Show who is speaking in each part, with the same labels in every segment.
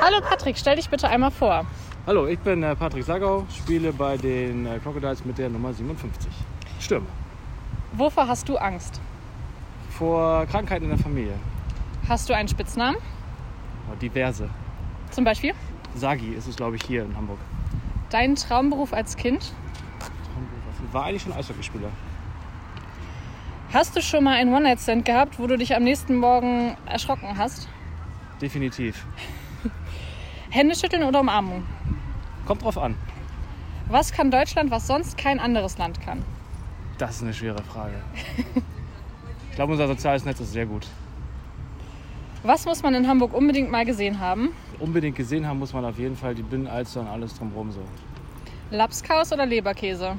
Speaker 1: Hallo Patrick, stell dich bitte einmal vor.
Speaker 2: Hallo, ich bin äh, Patrick Sagau, spiele bei den äh, Crocodiles mit der Nummer 57. Stürmer.
Speaker 1: Wovor hast du Angst?
Speaker 2: Vor Krankheiten in der Familie.
Speaker 1: Hast du einen Spitznamen?
Speaker 2: Oh, Diverse.
Speaker 1: Zum Beispiel
Speaker 2: Sagi ist es, glaube ich, hier in Hamburg.
Speaker 1: deinen Traumberuf als Kind?
Speaker 2: War eigentlich schon Eishockeyspieler.
Speaker 1: Hast du schon mal einen One-Night-Stand gehabt, wo du dich am nächsten Morgen erschrocken hast?
Speaker 2: Definitiv.
Speaker 1: Hände schütteln oder Umarmung?
Speaker 2: Kommt drauf an.
Speaker 1: Was kann Deutschland, was sonst kein anderes Land kann?
Speaker 2: Das ist eine schwere Frage. ich glaube, unser soziales Netz ist sehr gut.
Speaker 1: Was muss man in Hamburg unbedingt mal gesehen haben?
Speaker 2: Unbedingt gesehen haben muss man auf jeden Fall die Binnenalster und alles drumherum so.
Speaker 1: Lapskaus oder Leberkäse?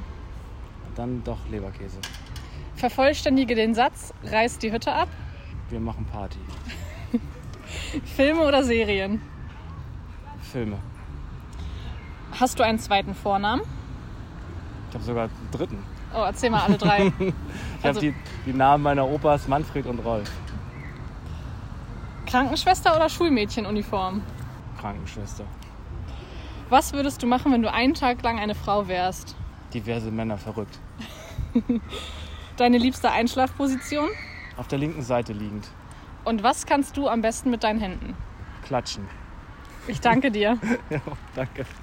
Speaker 2: Dann doch Leberkäse.
Speaker 1: Vervollständige den Satz, reiß die Hütte ab.
Speaker 2: Wir machen Party.
Speaker 1: Filme oder Serien?
Speaker 2: Filme.
Speaker 1: Hast du einen zweiten Vornamen?
Speaker 2: Ich habe sogar einen dritten.
Speaker 1: Oh, erzähl mal alle drei.
Speaker 2: Ich
Speaker 1: Also-
Speaker 2: habe die, die Namen meiner Opas Manfred und Rolf.
Speaker 1: Krankenschwester oder Schulmädchenuniform?
Speaker 2: Krankenschwester.
Speaker 1: Was würdest du machen, wenn du einen Tag lang eine Frau wärst?
Speaker 2: Diverse Männer verrückt.
Speaker 1: Deine liebste Einschlafposition?
Speaker 2: Auf der linken Seite liegend.
Speaker 1: Und was kannst du am besten mit deinen Händen?
Speaker 2: Klatschen.
Speaker 1: Ich danke dir.
Speaker 2: Ja, danke.